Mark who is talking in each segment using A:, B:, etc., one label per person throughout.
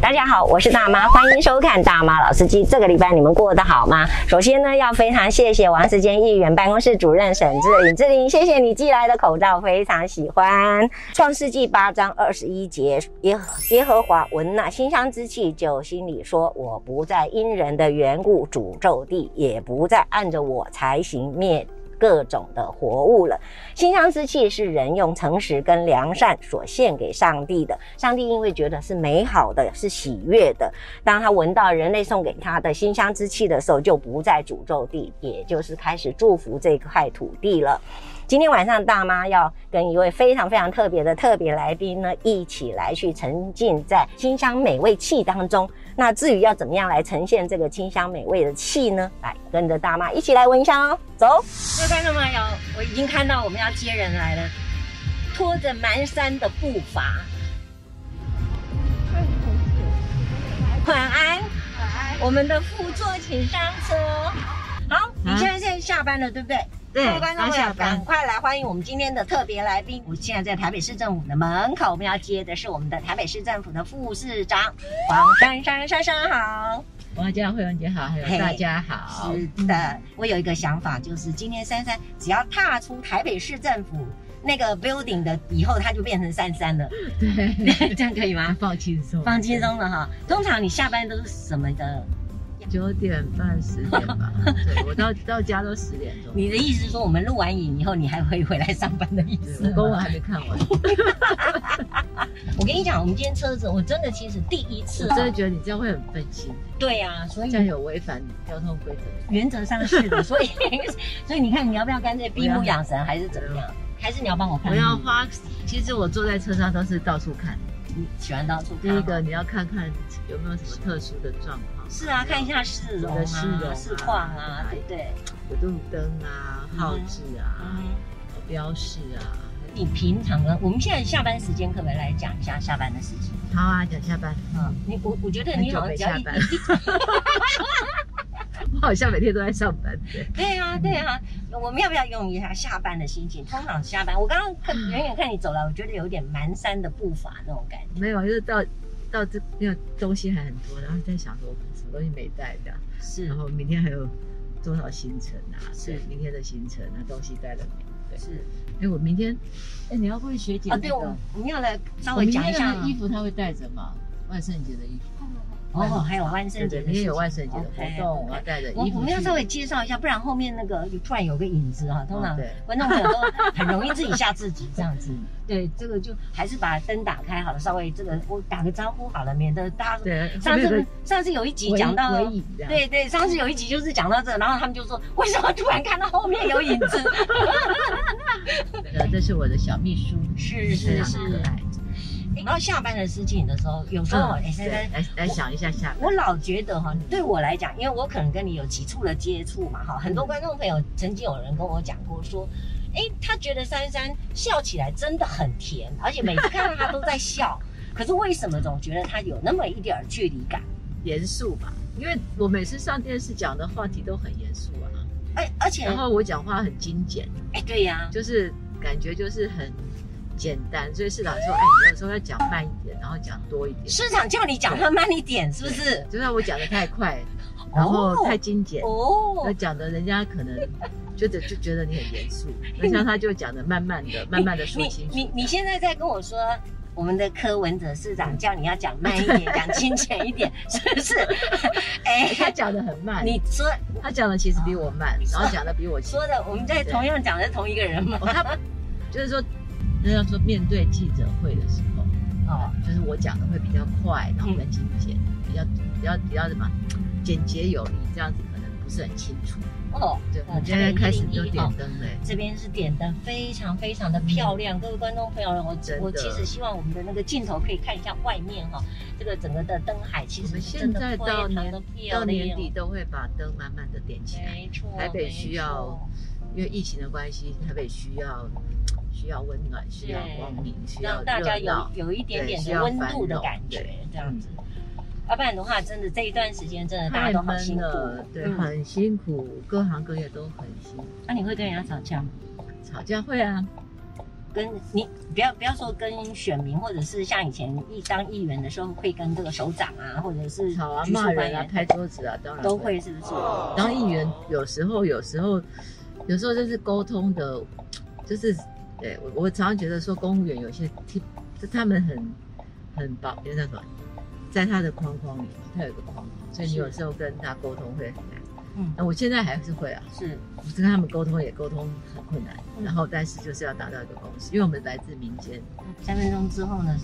A: 大家好，我是大妈，欢迎收看《大妈老司机》。这个礼拜你们过得好吗？首先呢，要非常谢谢王世坚议员办公室主任沈志颖，志颖，谢谢你寄来的口罩，非常喜欢。《创世纪》八章二十一节，耶和耶和华闻那馨香之气，就心里说：我不再因人的缘故诅咒地，也不再按着我才行灭各种的活物了。馨香之气是人用诚实跟良善所献给上帝的，上帝因为觉得是美好的，是喜悦的，当他闻到人类送给他的馨香之气的时候，就不再诅咒地，也就是开始祝福这块土地了。今天晚上，大妈要跟一位非常非常特别的特别来宾呢，一起来去沉浸在清香美味气当中。那至于要怎么样来呈现这个清香美味的气呢？来，跟着大妈一起来闻香哦，走。各位观众朋友，我已经看到我们要接人来了，拖着蹒跚的步伐。晚安，我们的副座请上车。好，你现在现在下班了，对不对？
B: 对
A: 各位观众
B: 刚
A: 朋友
B: 嗯下，班
A: 赶快来欢迎我们今天的特别来宾！我现在在台北市政府的门口，我们要接的是我们的台北市政府的副市长黄珊珊，珊珊好。
B: 王家慧文姐好，还有
A: 嘿
B: 大家好。
A: 是的，我有一个想法，就是今天珊珊只要踏出台北市政府那个 building 的以后，她就变成珊珊了，
B: 嗯对，
A: 这样可以吗？
B: 放轻松，
A: 放轻，松了哈。通常你下班都是什么的？
B: 九点半十点吧。对，我到 到家都十点钟。
A: 你的意思是说，我们录完影以后，你还会回来上班的意思
B: 对
A: 吗？
B: 我公文还没看完，
A: 我跟你讲，我们今天车子，我真的其实第一次、
B: 我
A: 啊
B: 真，的觉得你这样会很愤青，
A: 对呀、所以
B: 这样有违反交通规则。
A: 原则上是的，所以 所以你看，你要不要干脆闭目养神，还是怎么样？还是你要帮我看？
B: 啊我要花，其实我坐在车上都是到处看。
A: 你喜欢到处
B: 第
A: 看吗
B: 一个你要看看有没有什么特殊的状况，
A: 是啊，看一下市容
B: 我
A: 啊、
B: 的市容啊
A: 市况啊，对不对？
B: 有路灯啊、号志啊、
A: 嗯，
B: 标示啊。
A: 你平常呢？我们现在下班时间可不可以来讲一下下班的事情？
B: 好啊，讲下班。
A: 嗯，你我我觉得你好像只要一
B: 很久没下 我好像每天都在上班。对。
A: 对啊，对啊，我们要不要用一下下班的心情？通常下班，我刚刚看远远看你走来，我觉得有点蹒跚的步伐那种感觉。
B: 没有，就是到到这那个东西还很多，然后在想说我什么东西没带的，
A: 是
B: 然后明天还有多少行程啊？
A: 嗯是
B: 对明天的行程啊，东西带了没？对，
A: 是
B: 哎，我明天，哎，你要问学姐
A: 啊，
B: 那
A: 对，
B: 个
A: 我我们要来稍
B: 我
A: 微
B: 明
A: 讲一
B: 天
A: 下啊
B: 的衣服她会带着吗？万圣节的衣服，
A: 哦，还有万圣
B: 对
A: 节
B: 对，
A: 的
B: 明天有万
A: 事
B: 圣节的活
A: OK，
B: 动，我
A: OK
B: 要带着
A: 我
B: 衣服。
A: 我们要稍微，介绍一下，不然后面那个突然有个影子啊，通常
B: 哦对
A: 观众朋友都很容易自己吓自己这样子。 对，这个就还是把灯打开好了，稍微这个我打个招呼好了，免得大家。
B: 对，
A: 上
B: 后面有
A: 次
B: 个
A: 上次有一啊集讲到
B: 尾尾影这样，
A: 对对，上次有一集就是讲到这，然后他们就说为什么突然看到后面有影子？
B: 呃，这是我的小秘书，
A: 是
B: 非
A: 是
B: 常可
A: 是。
B: 爱。
A: 然后下班的事情的时候，有时候哎，珊珊
B: 对，来来想一下下班
A: 我老觉得哈，对我来讲，因为我可能跟你有几处的接触嘛哈，很多观众朋友曾经有人跟我讲过说，哎，他觉得珊珊笑起来真的很甜，而且每次看到她都在笑， 可是为什么总觉得她有那么一点儿距离感？
B: 严肃吧，因为我每次上电视讲的话题都很严肃啊。
A: 哎，而且
B: 然后我讲话很精简，
A: 哎，对呀、
B: 就是感觉就是很简单，所以市长说，哎，你有时候要讲慢一点，然后讲多一点。
A: 市长叫你讲话慢一点，是不是？
B: 就是我讲的太快，然后太精简，
A: 哦
B: 那，讲的人家可能觉得就觉得你很 严肃，那像他就讲的慢慢的、慢慢的说
A: 你
B: 清楚
A: 你。你现在在跟我说，我们的柯文哲市长叫你要讲慢一点，讲清浅一点，是不是？哎、
B: 他讲的很慢，
A: 你说
B: 他讲的其实比我慢，然后讲的比我轻
A: 说的，我们在同样讲的是同一个人吗？
B: 哦他就是说，那要说面对记者会的时候，
A: 哦，
B: 就是我讲的会比较快，然后比
A: 嗯
B: 较精简，比较比较比较什么简洁有力，这样子可能不是很清楚。
A: 哦，
B: 对，
A: 哦
B: 我们现在开始都点灯欸嘞，
A: 这边是点灯，非常非常的漂亮。各位观众朋友，我
B: 嗯真的
A: 我其实希望我们的那个镜头可以看一下外面哈、这个整个的灯海其
B: 我
A: 实
B: 们
A: 是
B: 现
A: 真的
B: 在
A: 非
B: 到
A: 常
B: 年
A: 的漂亮。
B: 到年底都会把灯慢慢的点起来，
A: 没错，
B: 台北需要
A: 没错
B: 因为疫情的关系，台北需要需要温暖，需要光明，需要
A: 让大家
B: 热
A: 有
B: 闹。
A: 有一点点
B: 对需
A: 的
B: 要
A: 温度的
B: 繁荣
A: 感觉
B: 对，嗯
A: 这样子。要不然的话，真的这一段时间真的大家
B: 太
A: 都好
B: 闷
A: 辛苦
B: 了，。对，
A: 嗯
B: 很辛苦，各行各业都很辛苦。
A: 那、你会跟人家吵架吗？
B: 吵架会啊，
A: 跟你不要不要说跟选民，或者是像以前议当议员的时候会跟这个首长啊，或者是
C: 吵啊、
A: 局处
C: 骂
A: 官
C: 人啊、
A: 员
C: 拍桌子啊，当然
A: 都会，是不是？
C: 然后议员有时候，有时候，有时候就是沟通的，就是，对我我常常觉得说公务员有些听，就他们很很保，那叫什么，在他的框框里，他有一个框框，所以你
A: 是
C: 有时候跟他沟通会很难。
A: 嗯
C: 那我现在还是会啊，
A: 是
C: 我跟他们沟通也沟通很困难，
A: 嗯
C: 然后但是就是要达到一个共识，因为我们来自民间，
A: 三分钟之后呢，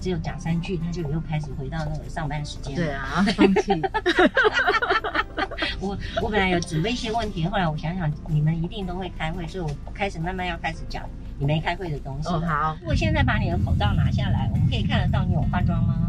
A: 只有讲三句，他就又开始回到那个上班时间。
C: 对，啊，放弃，
A: 我我本来有准备一些问题，后来我想想，你们一定都会开会，所以我开始慢慢要开始讲你没开会的东西
C: 哦
A: 了。
C: 好，
A: 我现在把你的口罩拿下来，我们可以看得到你有化妆吗？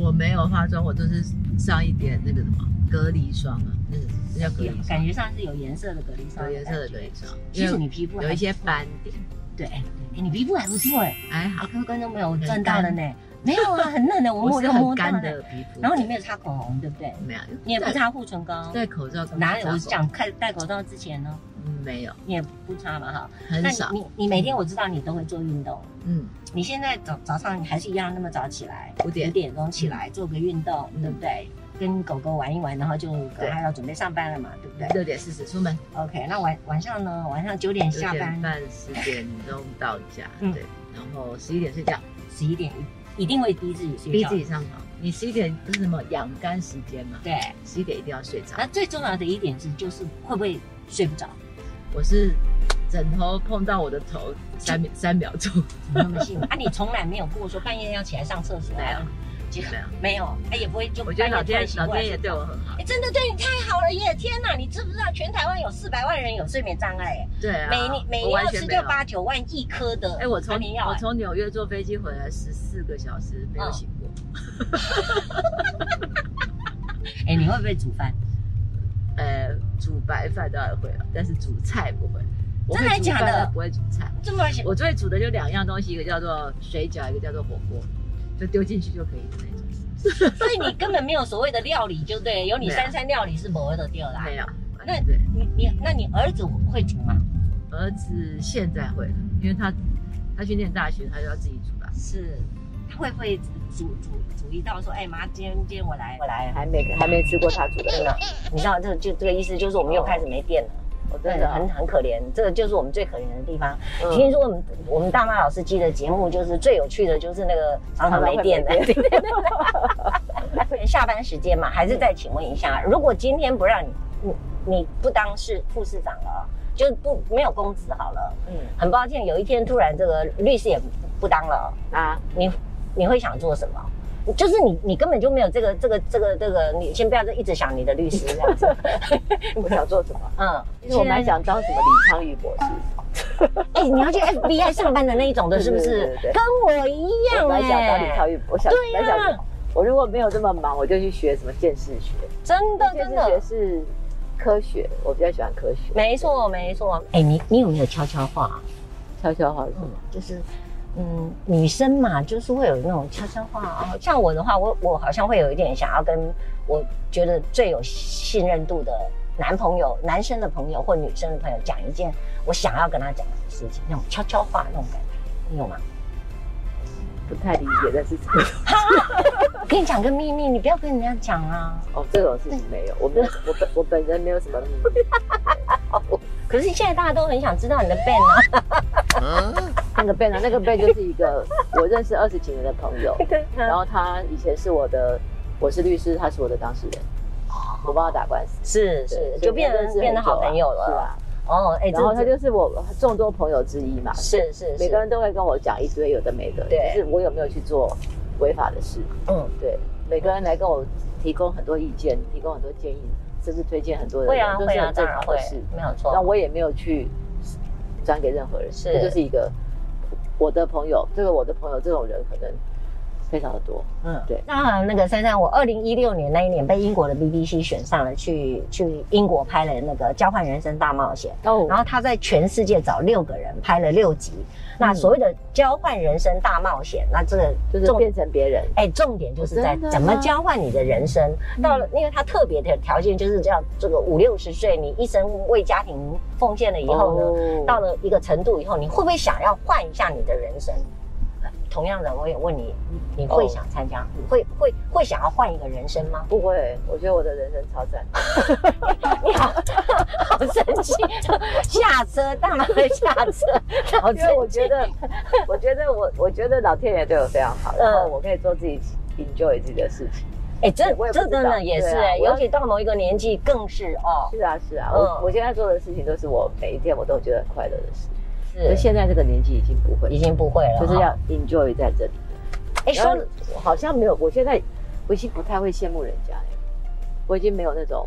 C: 我没有化妆，我都是上一点那个什么隔离霜啊，那个那叫隔离
A: 感
C: 霜，
A: 觉上是有颜色的隔离霜。
C: 有颜色的隔离。霜，
A: 啊其实
C: 因为
A: 你皮肤还
C: 有一些斑点，
A: 对，哎你皮肤还不错哎，
C: 还
A: 哎
C: 好，
A: 各位观众朋友，我
C: 很
A: 赚到了呢。 没有啊，很嫩的，我
C: 我
A: 摸
C: 是
A: 就
C: 很
A: 摸到
C: 干
A: 了。
C: 的皮肤，
A: 然后你没有擦口红，对不对？
C: 没有，
A: 你也不擦护唇膏。
C: 戴口罩，
A: 哪有？我是讲开戴口罩之前呢，
C: 嗯没有，
A: 你也不擦嘛哈。那
C: 很
A: 你
C: 少，
A: 你你每天我知道你都会做运动，
C: 嗯，
A: 你现在早早上你还是一样那么早起来，
C: 五点
A: 五点钟起来做个运动，
C: 嗯
A: 对不对？跟狗狗玩一玩，然后就赶快要准备上班了嘛，对不对
C: 六点四十出门，
A: ？OK，那晚晚上呢？晚上九点
C: 九
A: 下
C: 点
A: 班，
C: 半十 点钟到家，
A: 嗯
C: 对，然后十一点睡觉。
A: 十一点一一定会逼自己睡
C: 逼
A: 觉，
C: 自己上床。你十一点不是什么养肝时间嘛？
A: 对。
C: 十一点一定要睡着
A: 那。最重要的一点是，就是会不会睡不着？
C: 我是枕头碰到我的头三秒三秒钟，
A: 怎么那么幸运 啊？你从来没有过说半夜要起来上厕所
C: 没有
A: 啊？就
C: 没有。
A: 没有，他也不会就
C: 我觉得老
A: 半夜突然
C: 天
A: 醒
C: 老
A: 过来
C: 天也对我很好
A: 哎、。真的对你太好了耶！天哪，你知不知道全台湾有四百万人有睡眠障碍耶？
C: 对啊，
A: 每年每
C: 我
A: 年
C: 完
A: 要
C: 全
A: 吃
C: 没有
A: 掉。八九万一颗的
C: 哎，我从
A: 安眠药
C: 我从纽约坐飞机回来十四个小时没
A: 嗯
C: 有醒过，
A: 哎、你会不会煮饭？
C: 呃，煮白饭当然会了，但是煮菜不会。我会
A: 真的
C: 煮
A: 假的
C: 饭但不会煮菜，
A: 这么 想
C: 我最会煮的就两样东西，一个叫做水饺，一个叫做火锅，就丢进去就可以的那种。
A: 所以你根本没有所谓的料理，就对了，啊有你
C: 没有
A: 三餐料理是不会的掉啦。
C: 没有，
A: 啊那
C: 对。
A: 你你那你儿子会煮吗？
C: 儿子现在会了，因为他他去念大学，他就要自己煮饭。
A: 是，他会不会煮煮煮一道说，哎、妈，今天今天我来，我来，
B: 还没还没吃过他煮的呢。
A: 你知道这就这个意思，就是我们又开始没电了。
B: 我真
A: 哦对，啊
B: 的
A: 很很可怜，这个就是我们最可怜的地方。
B: 嗯
A: 听说我们我们大妈老司机的节目，就是最有趣的就是那个常常没电的。 下班时间嘛，还是再请问一下，如果今天不让你你你不当市副市长了，就不没有公职好了，
B: 嗯
A: 很抱歉，有一天突然这个律师也不不当了，
B: 啊，
A: 你你会想做什么？就是你，你根本就没有这个、这个、这个、这个，你先不要一直想你的律师这 样子。
B: 我想做什么？
A: 嗯，
B: 其实我蛮想当什么李昌钰博士，
A: 哎、你要去 FBI 上班的那一种的，是不
B: 对
A: 是
B: 对对对？
A: 跟我一样
B: 我蛮想当李
A: 哎、
B: 昌钰，我想
A: 对
B: 蛮
A: 呀、
B: 想。我如果没有这么忙，我就去学什么见识学。
A: 真的
B: 见
A: 真
B: 识学
A: 的，
B: 是科学，我比较喜欢科学。
A: 没错没错。哎、你你有没有悄悄话啊？
B: 悄悄话是什
A: 嗯
B: 么？，
A: 就是。嗯，女生嘛，就是会有那种悄悄话啊。像我的话，我我好像会有一点想要跟我觉得最有信任度的男朋友、男生的朋友或女生的朋友讲一件我想要跟他讲的事情，那种悄悄话那种感觉，你有吗？
B: 不太理解，但是这种
A: 我跟你讲个秘密，你不要跟人家讲啊。
B: 哦，这种事情没有。我们我本我本人没有什么秘密，
A: 可是现在大家都很想知道你的 band 啊。
B: 那个 Ben 啊，那个 Ben 就是一个我认识二十几年的朋友，
A: 对
B: 然后他以前是我的，我是律师，他是我的当事人，我帮他打官司，
A: 是
B: 对
A: 是，
B: 所以
A: 就变
B: 我们认识
A: 成变
B: 很
A: 成好
B: 久啊
A: 朋友
B: 是
A: 了。
B: 啊。
A: 哦，哎，
B: 然后他
A: 这
B: 就是我众多朋友之一嘛，
A: 是是
B: 每个
A: 是，
B: 人都会跟我讲一堆有的没的，
A: 对
B: 就是我有没有去做违法的事，
A: 嗯，
B: 对，每个人来跟我提供很多意见，提供很多建议，甚至推荐很多人，
A: 会啊
B: 都
A: 会
B: 是
A: 啊，当
B: 很正
A: 然
B: 常
A: 会
B: 的事。，
A: 没有
B: 那
A: 错。
B: 我也没有去转给任何人，
A: 是
B: 这就是一个我的朋友，这个我的朋友这种人可能非常的
A: 哦
B: 多。
C: 嗯，
B: 对
A: 那好那个珊珊，我二零一六年那一年被英国的 BBC 选上了去，去英国拍了那个《交换人生大冒险》，
B: 哦
A: 然后他在全世界找六个人拍了六集。那所谓的《交换人生大冒险》，那这个
B: 嗯就是
A: 重
B: 变成别人，
A: 哎，重点就是在
B: 真的吗
A: 怎么交换你的人生。
B: 嗯
A: 到了，因为他特别的条件就是这样，这个五六十岁，你一生为家庭奉献了以后呢，
B: 哦
A: 到了一个程度以后，你会不会想要换一下你的人生？同样的，我也问你，你会
B: 哦
A: 想参加？你会会会想要换一个人生 吗？
B: 不会，我觉得我的人生超赞。
A: 你好，好生气，下车，大马的下车，好
B: 因为我
A: 生
B: 觉
A: 气。
B: 得， 我觉得我，我觉得老天爷对我非常好，然
A: 嗯
B: 后我可以做自己 enjoy 自己的事情。
A: 哎，这
B: 我也不
A: 这
B: 知
A: 真的
B: 道
A: 也是
B: 对啊
A: 哎，
B: 我要
A: 尤其到某一个年纪更是哦，
B: 是啊，是啊，
A: 嗯
B: 我我现在做的事情都是我每一天我都觉得很快乐的事。就是现在这个年纪已经不会，
A: 已经不会了，
B: 就是啊嗯
A: 哈
B: 要 enjoy 在这里。
A: 哎
B: 然
A: 说
B: 后我好像没有，我现在我已经不太会羡慕人家了，我已经没有那种，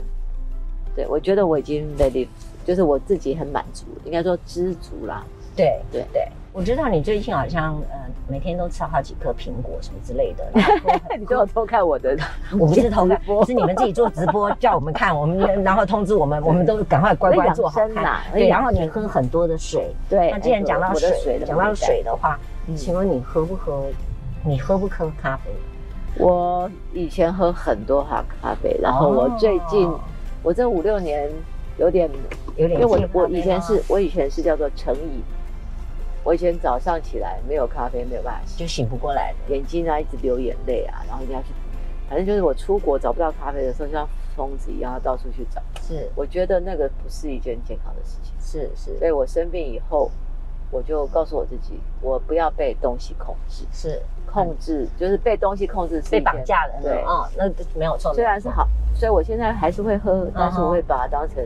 B: 对我觉得我已经 very，就是我自己很满足，应该说知足啦。
A: 对
B: 对
A: 对，我知道你最近好像呃每天都吃好几颗苹果什么之类的，
B: 你都有偷看我的，
A: 我不是偷看
B: 直 播，
A: 是你们自己做直播叫我们看，我们然后通知我 们，我们都赶快乖乖做好
B: 那养生
A: 看
B: 啦。
A: 对，然
B: 那养
A: 后你喝很多的水。
B: 对。
A: 那既然讲到
B: 我的
A: 水，
B: 的
A: 讲到
B: 部分
A: 水，的话，
B: 嗯
A: 请问你喝不喝？你喝不喝咖啡？
B: 我以前喝很多哈咖啡，然后我最近、
A: 哦
B: 我这五六年有点
A: 有点
B: 因为我
A: 戒咖啡
B: 我以前
A: 吗
B: 是我以前是叫做成瘾，我以前早上起来没有咖啡没有办法醒，
A: 啊就醒不过来的，
B: 眼睛啊一直流眼泪啊，然后一定要去，反正就是我出国找不到咖啡的时候，就像疯子一样要到处去找。
A: 是
B: 我觉得那个不是一件健康的事情，
A: 是
B: 所
A: 是
B: 以我生病以后，我就告诉我自己，我不要被东西控制，
A: 是
B: 控制就是被东西控制是一
A: 被
B: 件
A: 绑。架了，
B: 对
A: 哦，那没有错，
B: 虽然是好，所以我现在还是会喝，但
A: 嗯
B: 是
A: 哼
B: 我会把它当成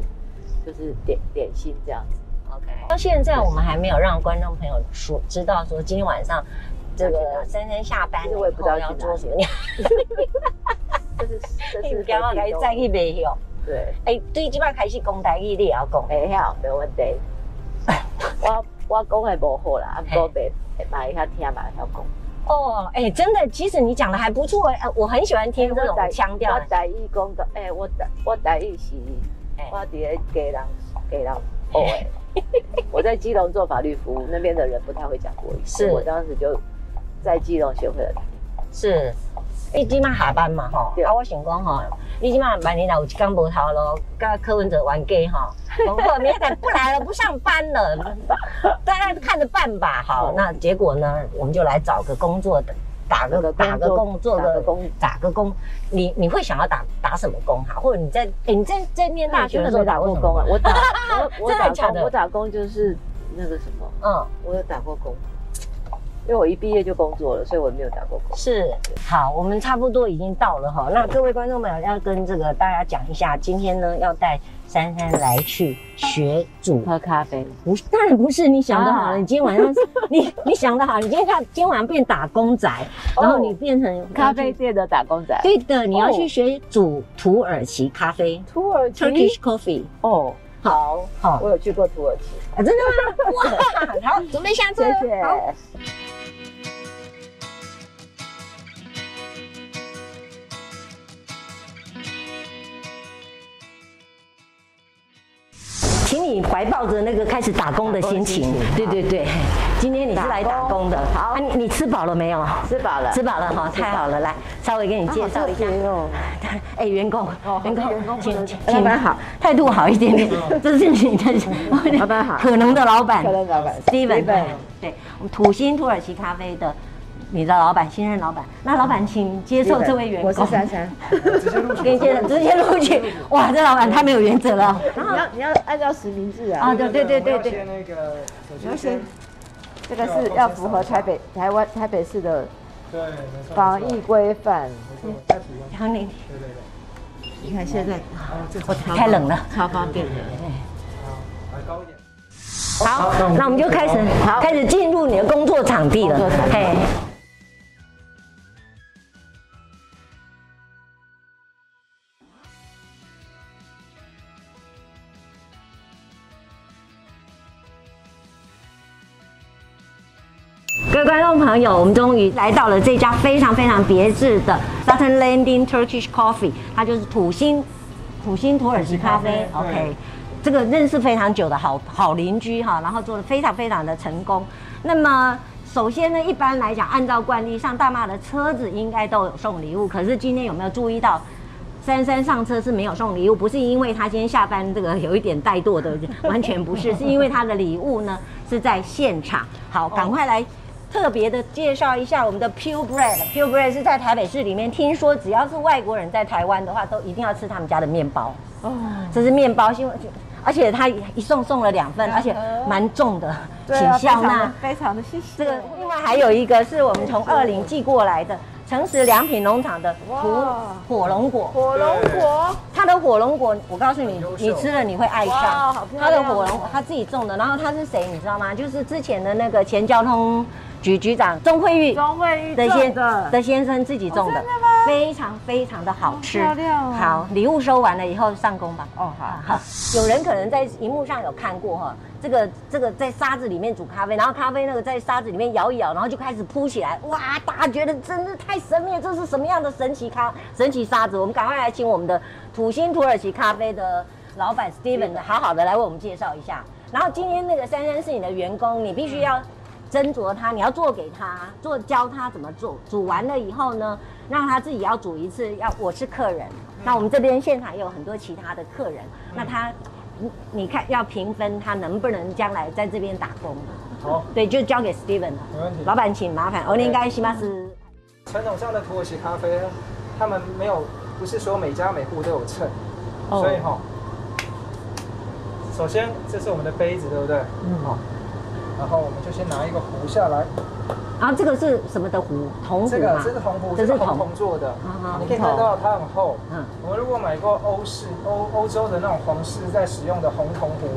B: 就是点点心这样子。
A: OK，到现在我们还没有让观众朋友说知道说今天晚上这
B: 要去哪
A: 个
B: 里
A: 珊珊下班
B: 其实我也不知道
A: 以后要
B: 去哪
A: 做
B: 里
A: 什么，你
B: 这是这
A: 哎你
B: 是
A: 不要
B: 合
A: 来
B: 体动物
A: 在意没有？
B: 对，
A: 哎，对，即摆开始讲台语，你也要讲。
B: 会晓，没问题。我 我讲的无好啦，啊，不过别买一下听，买一下讲。
A: 哦，哎，真的，其实你讲的还不错哎，呃我很喜欢听这种腔调
B: 我。台语讲到，诶，我台我台语是，
A: 哎
B: 我伫咧家人家人学 诶。我在基隆做法律服务，那边的人不太会讲国语，
A: 是
B: 我当时就在基隆学会了。
A: 是，你即摆下班嘛吼
B: 对，
A: 啊，我想讲吼，你即摆万年若有一天无头路，甲柯文哲玩 gay 吼，讲好明天不来了，不上班了，大家看着办吧。好，那结果呢，我们就来找个工作的，打个打个工，做
B: 打
A: 个
B: 个工。
A: 打个工。你你会想要打打什么工啊哈？或者你在诶你在在念大学的时候
B: 没
A: 打
B: 打
A: 过
B: 过
A: 什么
B: 工啊？我打 我我
A: 真的
B: 打
A: 假
B: 工
A: 的
B: 我打工就是那个什么，
A: 嗯，
B: 我有打过工，因为我一毕业就工作了，所以我没有打过工。
A: 是好，我们差不多已经到了哈。那各位观众朋友要跟这个大家讲一下，今天呢要带珊珊来去学煮
B: 喝咖啡，
A: 不是，当然不是你想的好了。
B: 啊
A: 你今天晚上，你你想的好，你今天看今天晚上变打工仔，然后你变成
B: 咖啡。店的打工仔，
A: 对的，你要去学煮土耳其咖啡
B: 土耳
A: （Turkish Coffee）。
B: 哦，好，
A: 好
B: 我有去过土耳其，
A: 啊，真的吗？哇，好，准备下车。
B: 谢谢
A: 啊好。请你怀抱着那个开始打工的心情
B: 打工的心，情
A: 对对对。今天你是来打工的，好，啊、你你吃饱了没有？
B: 嗯吃饱了，
A: 吃饱了哈，太好了，来稍微给你介绍一下。
B: 哦，
A: 哎，员工
B: 哦，
A: 员
B: 员工
A: 工，
B: 不
A: 请
B: 能
A: 请
B: 老板好，哦
A: 态度好一点点，这是你的
B: 老板好
A: 可能的老板，
B: 可能老板
A: Steven，
B: Steven
A: 对，我们土星土耳其咖啡的你的老板，新任老板，那老板请接受这位员工，
B: 嗯我是珊 珊，
A: 给你介绍直接录 取，哇，这老板太没有原则了。
B: 你要你要按照实名制啊，
A: 啊，对对对对对，
D: 先那个，首先
B: 先
D: 先
B: 这个是要符合台北台湾台北市的
D: 对，没错，
B: 防疫规范，
D: 没错，再提问，
A: 杨林，
D: 对对对，
B: 你看现在
A: 我太冷了。
B: 超方便的，
D: 好，来高一点。
A: 好，那我们就开始
B: 好
A: 开始进入你的工作场地了
B: 工作场。地
A: 嘿，各位观众朋朋友，我们终于来到了这家非常非常别致的 Sutton Landing Turkish Coffee，它就是土星土星土耳其咖啡。
D: 土耳其咖啡
A: OK，
D: 对
A: 这个认识非常久的好好邻居哈，然后做的非常非常的成功。那么首先呢，一般来讲，按照惯例，上大妈的车子应该都有送礼物，可是今天有没有注意到？珊珊上车是没有送礼物，不是因为她今天下班这个有一点怠惰的，完全不是，是因为她的礼物呢是在现场。好，赶快来特别的介绍一下我们的 Pure Bread。Pure Bread 是在台北市里面，听说只要是外国人在台湾的话，都一定要吃他们家的面包。
E: 哦，
A: 这是面包，因为而且他一送送了两份，而且蛮重的，
E: 嗯对
A: 请
E: 啊，
A: 笑
E: 非常
A: 纳
E: 的。非常的谢谢。
A: 这个另外还有一个是我们从二林寄过来的诚实良品农场的土
E: 哇
A: 火龙果。
E: 火龙果，
A: 它的火龙果，我告诉你
D: 优，秀
A: 你吃了你会爱
E: 哇
A: 上
E: 好。漂亮
A: 它
E: 哦
A: 的火龙果，他自己种的，然后他是谁你知道吗？就是之前的那个前交通局局长钟慧玉
E: 中惠玉
A: 的先
E: 种的，
A: 的先生自己种的
E: 哦真的吗，
A: 非常非常的好吃。
E: 好漂亮哦
A: 好，礼物收完了以后上工吧。
E: 哦好
A: 啊，好，有人可能在荧幕上有看过哈，这个这个在沙子里面煮咖啡，然后咖啡那个在沙子里面摇一摇，然后就开始铺起来，哇！大家觉得真是太神秘了，这是什么样的神奇咖神奇沙子？我们赶快来请我们的土星土耳其咖啡的老板 Steven 好好的来为我们介绍一下。然后今天那个珊珊是你的员工，你必须要斟酌它，你要做给他，做教他怎么做。煮完了以后呢，让他自己要煮一次。要我是客人，
B: 嗯
A: 那我们这边现场也有很多其他的客人，那他，你你看要评分他能不能将来在这边打工？
D: 好，
A: 对，就交给 Steven 了。
D: 没问
B: 嗯
D: 题。
A: 老板，请麻烦。我哦应该西马斯。
D: 传统上的土耳其咖啡，他们没有，不是说每家每户都有秤，
A: 哦
D: 所以哈、首先这是我们的杯子，对不对？嗯，好。然后我们就先拿一个壶下来，
A: 然后啊这个是什么的壶？铜
D: 这
A: 壶
D: 个
A: 吗
D: 这？是红壶，
A: 这
D: 这
A: 是
D: 是
A: 铜
D: 红铜做的
A: 啊，
D: 你可以看到它很厚。
A: 嗯，
D: 我们如果买过欧式、欧欧洲的那种皇室在使用的红铜壶，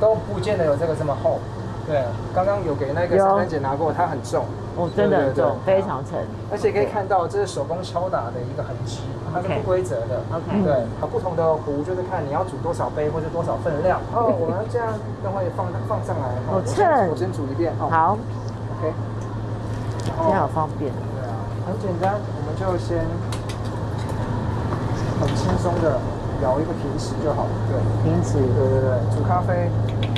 D: 都不见得有这个这么厚。对，刚刚有给那个
B: 有
D: 珊珊姐拿过，它很重，
B: 哦，真的很重，
D: 对对对
B: 非常沉。
D: 而且可以看到这是手工敲打的一个痕迹，它是
A: OK
D: 不规则的。
A: OK
D: 对，啊不同的壶就是看你要煮多少杯或者多少 份量。哦，我们这样等会放放上来。
B: 哦
D: 我先
B: 称
D: 我先煮一遍。哦
B: 好，
D: ，OK。
B: 这样好方便。
D: 对啊，很简单，我们就先很轻松的摇一个平时就好了。对，
B: 平时
D: 对对对，煮咖啡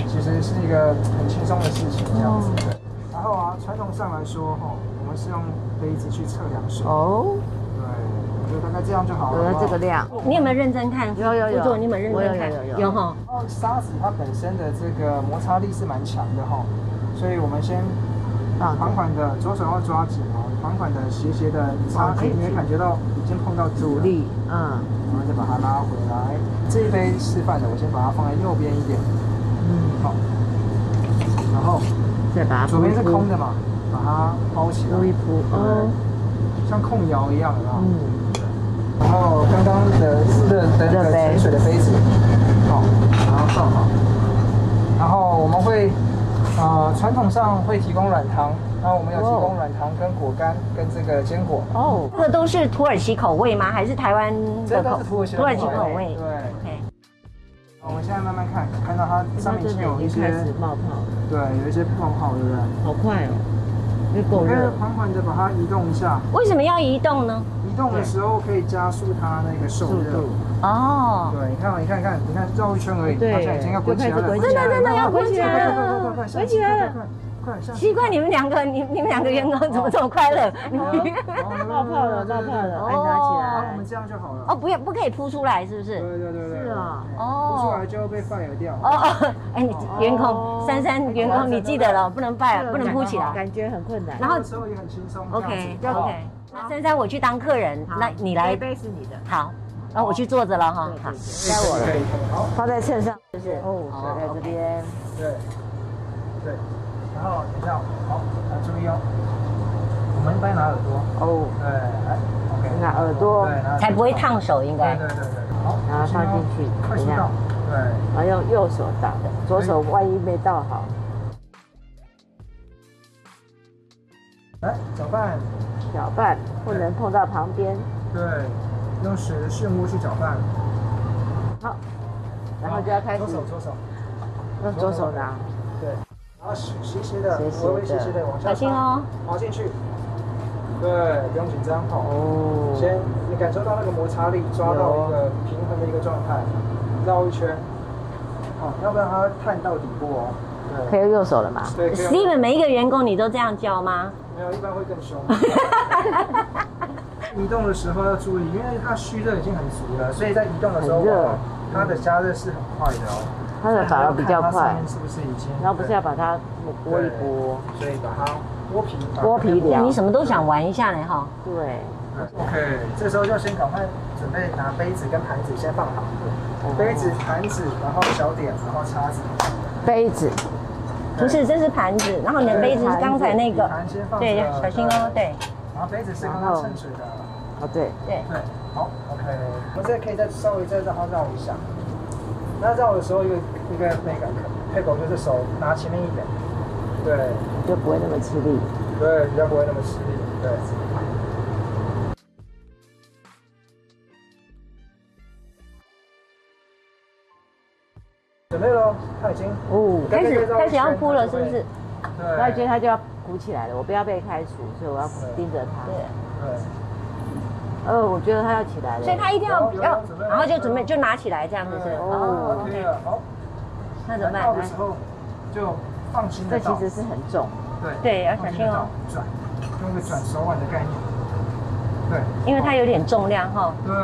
D: 其实是一个很轻松的事情，这样子。对。然后啊，传统上来说，哈、我们是用杯子去测量水。
B: 哦，
D: 对，我觉得大概这样就好
B: 有
D: 了。
B: 了
D: 好不好
B: 这个量，
A: 你有没有认真看？
B: 有有有
A: 副座你有没有认真看？
B: 我有有有有
A: 哈。
D: 然后沙子它本身的这个摩擦力是蛮强的哈、所以我们先
B: 放
D: 缓缓的，左手要抓紧哦，缓缓的斜斜的
B: 哦
D: 擦，
B: 可以
D: 你会感觉到已经碰到底了
B: 阻力，嗯
D: 然后再把它拉回来。这一杯示范的，我先把它放在右边一点，
B: 嗯，
D: 好。然后
B: 再
A: 啊
B: 把它
D: 左
B: 铺一
D: 边是空
B: 铺，
D: 的嘛，把它包起来
B: 铺，一铺，哦，
D: 像控窑一样，有没有
B: 嗯，
D: 然后刚刚的是的的
B: 热
D: 的
B: 杯
D: 盛水的杯子，好，然后倒好。然后我们会，呃，传统上会提供软糖，然后我们有提供软糖跟果干跟这个坚果。
B: 哦，
A: 这个都是土耳其口味吗？还是台湾
D: 这
A: 的
D: 都
A: 口
D: 是土耳其
A: 土耳其
D: 的口
A: 口
D: 味
A: 味？
D: 对
A: OK
D: 我们现在慢慢看，看到它上
B: 它
D: 面已
B: 真
D: 经
B: 的
D: 有
B: 已
D: 一
B: 经开
D: 些，
B: 始冒泡了，
D: 对，有一些泡泡，对不对？
B: 好快哦，因为够
D: 我
B: 热
D: 们，缓缓的把它移动一下，
A: 为什么要移动呢？
D: 移动的时候可以加速它那个受
B: 速
D: 热
B: 度。，
A: 哦，
D: 对，你看嘛，你看，你看，你看，绕一圈而已，
B: 对
D: 它现在已经要滚起来了，
B: 就开始滚起来了真的真的要滚起来
A: 了
D: 快
B: 滚起来了，
D: 快快快快快快快快快下去
A: 奇怪，你们两个，你你们两个员工怎么这么快乐？你们
B: 哦 冒泡了，冒泡了，
A: 哦
B: 哎，拿起
D: 然后我
B: 来
D: 们，这样就好了。
A: 哦，不要，不可以扑出来，是不
D: 对
A: 是？
D: 对对对，
B: 是啊
D: 对
A: 哦
D: 不出来就会被 fire 掉。
A: 哦哦，哎，你员工
B: 哦
A: 珊珊，员工你记得了，不能拜，不能扑起来。
B: 感觉很困难。
A: 然后
D: 那时候也很轻松。
A: OK
D: 这样子哎
A: OK，那珊珊我去当客人，那你来
B: 这杯是你的，
A: 好，那我去坐着了哈
B: 对。
A: 好
B: 对，对
D: 该我了。可以可以好，
B: 放在秤上，
A: 就是
B: 哦，在这
A: 哦
B: 边，
D: 对对，然后等一下，好，啊注意哦，我们一般拿耳朵。
B: 哦，
D: 对，来，OK，
B: 拿耳朵
D: 对，拿耳朵
A: 才不会。烫手，应
D: 对
A: 该
D: 对。对对，好，哦
B: 然后放进去
D: 快
B: 等
D: 速
B: 一下
D: 倒，对。
B: 然后用右手倒的，左手万一没倒好，
D: 来，哎搅拌，
B: 搅拌，不能碰到旁边，
D: 对，用水的漩涡去搅拌，
B: 好，然后就要开始
D: 左手左手，
B: 用左手拿，
D: 对，然后斜斜斜的，
B: 斜斜
D: 微微斜斜的往
A: 小
D: 下
A: 心
D: 滑，
A: 哦。
D: 滑进去。对，不用紧张哦。
B: 哦，
D: 先你感受到那个摩擦力，抓到
B: 啊
D: 一个平衡的一个状态，绕一圈。好，要不然它探到底部哦。
B: 可
D: 对。
B: 以用右手了吗？
D: 对，可以啊
A: Steven 每一个员工你都这样教吗？
D: 没有，一般会更凶。 移动的时候要注意，因为它蓄热已经很足了，所以在移动的时候，
B: 很热
D: 往往它的加热是很快的哦。
B: 它的反而比较
D: 所以它要看它上
B: 快
D: 面，是不是已经？
B: 然后不是要把它拨一拨，
D: 对所以把它剥皮，把它
B: 剥皮
A: 哇
B: 疗
A: 你什么都想玩一下嘞哈。
B: 对，
D: OK，这时候就先赶快准备拿杯子跟盘子先放好，
B: 哦
D: 杯子、盘子，然后小点，然后叉子，
B: 杯子，
A: 不是，这是盘子，然后你的杯子是刚才那个，
D: 盘先放
A: 对，
D: 着
A: 小心哦，对，
D: 然后杯子是刚刚盛水的，
B: 哦对，
D: 对，好，OK，我们这可以再稍微再让它绕一下。那绕的时候，一个一个那个配狗就是手拿前面一点，对
B: 就不会那么吃力。
D: 对，比较不会那么吃力，对。准备喽，它已经
B: 哦，
A: 开始开始要哭了，是不是？？
D: 对，
B: 那我觉得它就要鼓起来了，我不要被开除，所以我要盯着它。
A: 对，
D: 对，
B: 呃，我觉得它要起来了，
A: 所以他一定要
D: 有有
A: 要
D: 准备，了
A: 然后就准备就拿起来这样子是不是。
D: 对
A: 哦
D: OK
A: ，OK，
D: 了，好，
A: 那怎么
D: 到的
A: 办
D: 时？候就放心
B: 这
D: 的
B: 其实是很重，
D: 对
A: 对要小心哦，
D: 放地倒转，用个转手腕的概念，对
A: 因为它有点重量哈。
D: 对，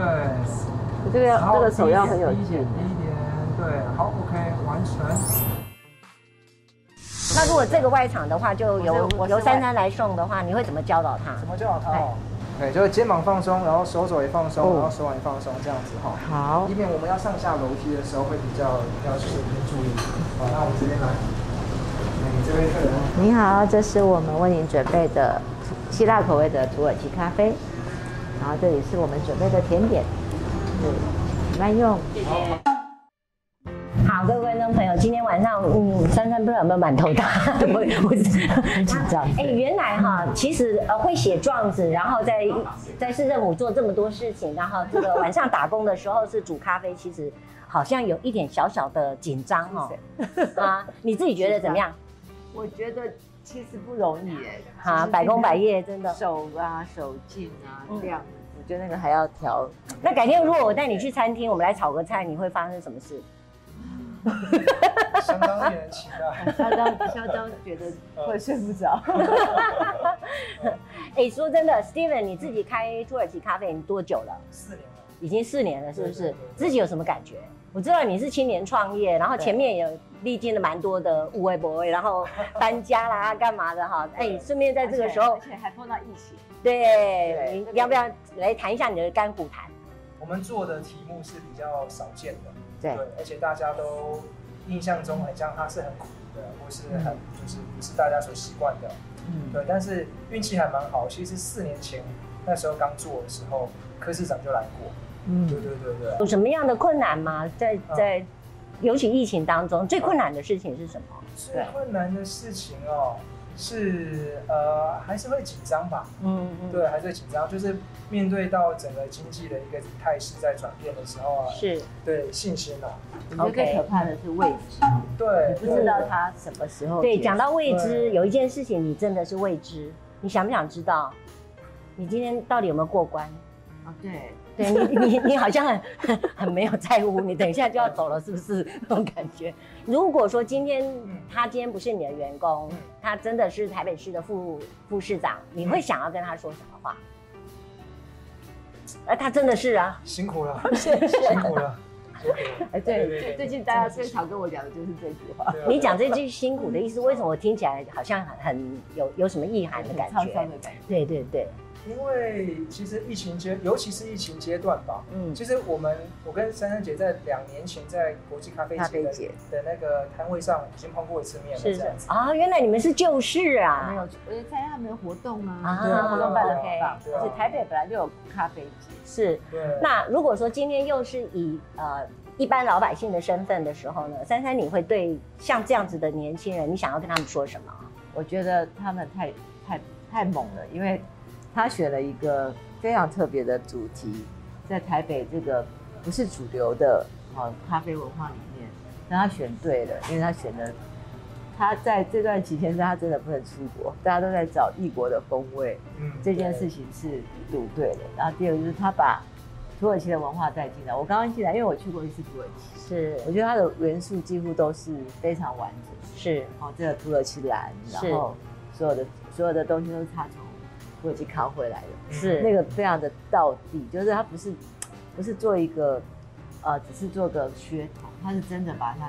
B: 你这个
D: 然后
B: 啊这个手要很有
D: 低一
B: 劲
D: 点，。低一点，对，好，OK，完成。
A: 那如果这个外场的话，就由
B: 我是我是
A: 由
B: 外
A: 珊珊来送的话，你会怎么教导他？
D: 什么叫好它哦？对，就是肩膀放松，然后手肘也放松，然后手腕也放松，这样子哈、
B: 好
D: 以，免我们要上下楼梯的时候会比较要去注意。好，那我们这边来，哎你这边客人
B: 你好，这是我们为您准备的希腊口味的土耳其咖啡，然后这里是我们准备的甜点，对，慢用。
A: 好，各位观众朋友，今天晚上，嗯，珊珊不知道有没有满头大 汗，我我很紧张。哎、原来哈，其实呃会写状子，然后在在市政府做这么多事情，然后这个晚上打工的时候是煮咖啡，其实好像有一点小小的紧张哦。啊，你自己觉得怎么 样？
B: 我觉得其实不容易哎，
A: 啊，百工百，业，真的。
B: 手啊、手劲啊
A: 嗯
B: 这样，我觉得那个还要调。
A: 那改天如果我带你去餐厅，我们来炒个菜，你会发生什么事？
D: 相当令人期待。
B: 相当相当觉得会睡不着，
A: 嗯哎、说真的，Steven，你自己开土耳其咖啡，你多久了？
D: 四年了，
A: 已经四年了，是不
D: 对
A: 是
D: 对对？
A: 自己有什么感觉？我知道你是青年创业，然后前面也历经了蛮多的无微不微，然后搬家啦、干嘛的哈。哎，顺便在这个时候
B: 而，且还碰到疫情，
A: 对，你
B: 这个
A: 要不要来谈一下你的甘苦谈？
D: 我们做的题目是比较少见的，
B: 对，
D: 而且大家都印象中很像它是很苦的，或是很就是不是大家所习惯的。
B: 嗯，
D: 对，但是运气还蛮好。其实四年前那时候刚做的时候，柯市长就来过。
B: 嗯
D: 对对对对。
A: 有什么样的困难吗？在在，尤其疫情当中，最困难的事情是什么？
D: 最困难的事情哦，是呃还是会紧张吧？
A: 嗯嗯，
D: 对，还是会紧张，就是面对到整个经济的一个态势在转变的时候啊，
A: 是
D: 对信心啊，
B: 我觉得最可怕的是未知，
D: 对，
B: 不知道它什么时候结束。
A: 对。讲到未知，
D: 对
A: 有一件事情你真的是未知，你想不想知道？你今天到底有没有过关？
B: 啊，对，
A: 对你，你你好像很很 很没有在乎，你等一下就要走了，是不是 那种感觉？如果说今天
D: 嗯
A: 他今天不是你的员工
D: 嗯，
A: 他真的是台北市的副副市长，你会想要跟他说什么话？啊，他真的是啊，
D: 辛 苦了，辛苦了，辛苦了。
B: 哎，
D: 对对
B: 对，
D: 对
B: 最近大家最常跟我讲的就是这句话，
D: 对啊
A: 你讲这句辛苦的意思，为什么我听起来好像很很有有什么意涵的感
B: 沧
A: 觉
B: 桑？的感觉。
A: 对对对，
D: 因为其实疫情阶，尤其是疫情阶段吧，
A: 嗯，
D: 其实我们，我跟珊珊姐在两年前在国际咖啡
B: 咖
D: 节
B: 啡
D: 的
B: 节
D: 的那个摊位上已经碰过一次面了，这
A: 是是
D: 样子。
A: 啊，原来你们是旧事
B: 没
A: 啊，
B: 有，我就参加他们的活动
A: 啊
B: 啊，对活动办的很棒，
D: OK
B: 而且台北本来就有咖啡节，
A: 是。
D: 对，
A: 那如果说今天又是以呃一般老百姓的身份的时候呢，珊珊你会对像这样子的年轻人，你想要跟他们说什么？
B: 我觉得他们太太太猛了，因为他选了一个非常特别的主题，在台北这个不是主流的哦咖啡文化里面，但他选对了，因为他选的他在这段期间，他真的不能出国，大家都在找异国的风味，
D: 嗯，
B: 这件事情是赌对的。然后第二个就是他把土耳其的文化带进来。我刚刚进来，因为我去过一次土耳其，
A: 是
B: 我觉得它的元素几乎都是非常完整的。
A: 是
B: 哦，这个土耳其蓝，然
A: 是
B: 后所有的所有的东西都是他从土耳其扛回来的，
A: 是
B: 那个非常的到底，就是他不是不是做一个呃，只是做个噱头，他是真的把他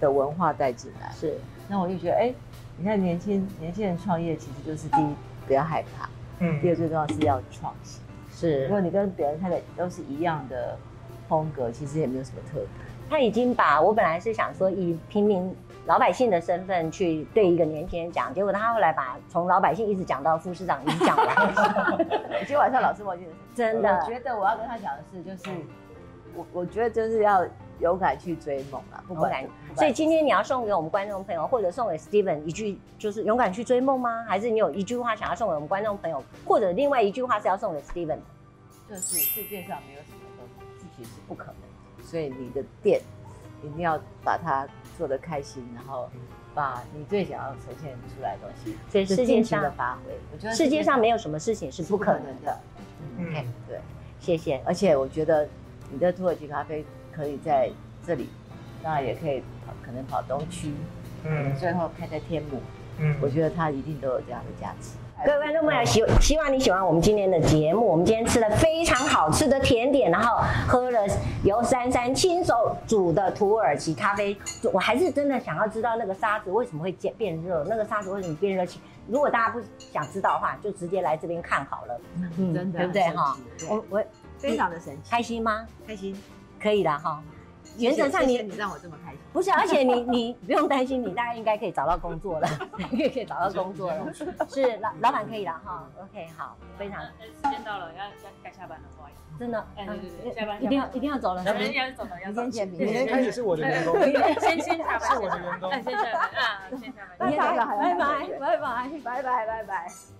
B: 的文化带进来。
A: 是
B: 那我就觉得，哎，你看年轻年轻人创业其实就是第一不要害怕，
D: 嗯
B: 第二最重要是要创新。如
A: 是，
B: 果你跟别人看的都是一样的风格，其实也没有什么特别。
A: 他已经把我本来是想说以平民老百姓的身份去对一个年轻人讲，结果他后来把从老百姓一直讲到副市长已经讲完 了，
B: 今天晚上老师忘记了。
A: 真
B: 我
A: 的
B: 觉得我要跟他讲的是，就是我我觉得就是要勇敢去追梦啦，不
A: 勇
B: 管
A: 敢。所以今天你要送给我们观众朋友，或者送给 Steven 一句，就是勇敢去追梦吗？还是你有一句话想要送给我们观众朋友，或者另外一句话是要送给 Steven 的？
B: 就是世界上没有什么东西自己是不可能的，所以你的店一定要把它做得开心，然后把你最想要呈现出来的东西，
A: 所以世界
B: 尽情的
A: 上
B: 发挥。我觉得
A: 世界上没有什么事情是不可能的。
B: 的，
D: 嗯
B: 嗯，对。
A: 谢谢，
B: 而且我觉得你的土耳其咖啡可以在这里，当然也可以跑，可能跑东区，
D: 嗯
B: 最后开在天母。
D: 嗯
B: 我觉得它一定都有这样的价值。
A: 各位观众朋友，希希望你喜欢我们今天的节目。我们今天吃了非常好吃的甜点，然后喝了由珊珊亲手煮的土耳其咖啡。我还是真的想要知道那个沙子为什么会变变热，那个沙子为什么变热气？如果大家不想知道的话，就直接来这边看好了。嗯
B: 真的
A: 对不对哈
B: 神奇？对
A: 我我
B: 非常的神奇，
A: 开心吗？
B: 开心。
A: 可以的哈。原则上
B: 谢
A: 你
B: 谢你让我这么开心，
A: 不是，啊而且你 你不用担心，你大概应该可以找到工作了， 应该可以找到工作了。是老老板可以了哈。OK，好，非常
E: 啊那那时间到了，要要该下班了，不好意思。
A: 真的，
E: 哎对对对
A: 嗯
E: 下班
A: 一定
E: 下
A: 要
E: 班
A: 一定要走了。是
E: 要
A: 不
E: 不
A: 是
E: 然要走了，要走了。
B: 见明
E: 对
D: 明天开始是我的员工，
E: 先先下班，
D: 是我的员工
E: 哎先下班啊，先下班。
A: 拜
B: 拜
A: 拜
B: 拜
A: 拜拜拜拜拜拜拜拜。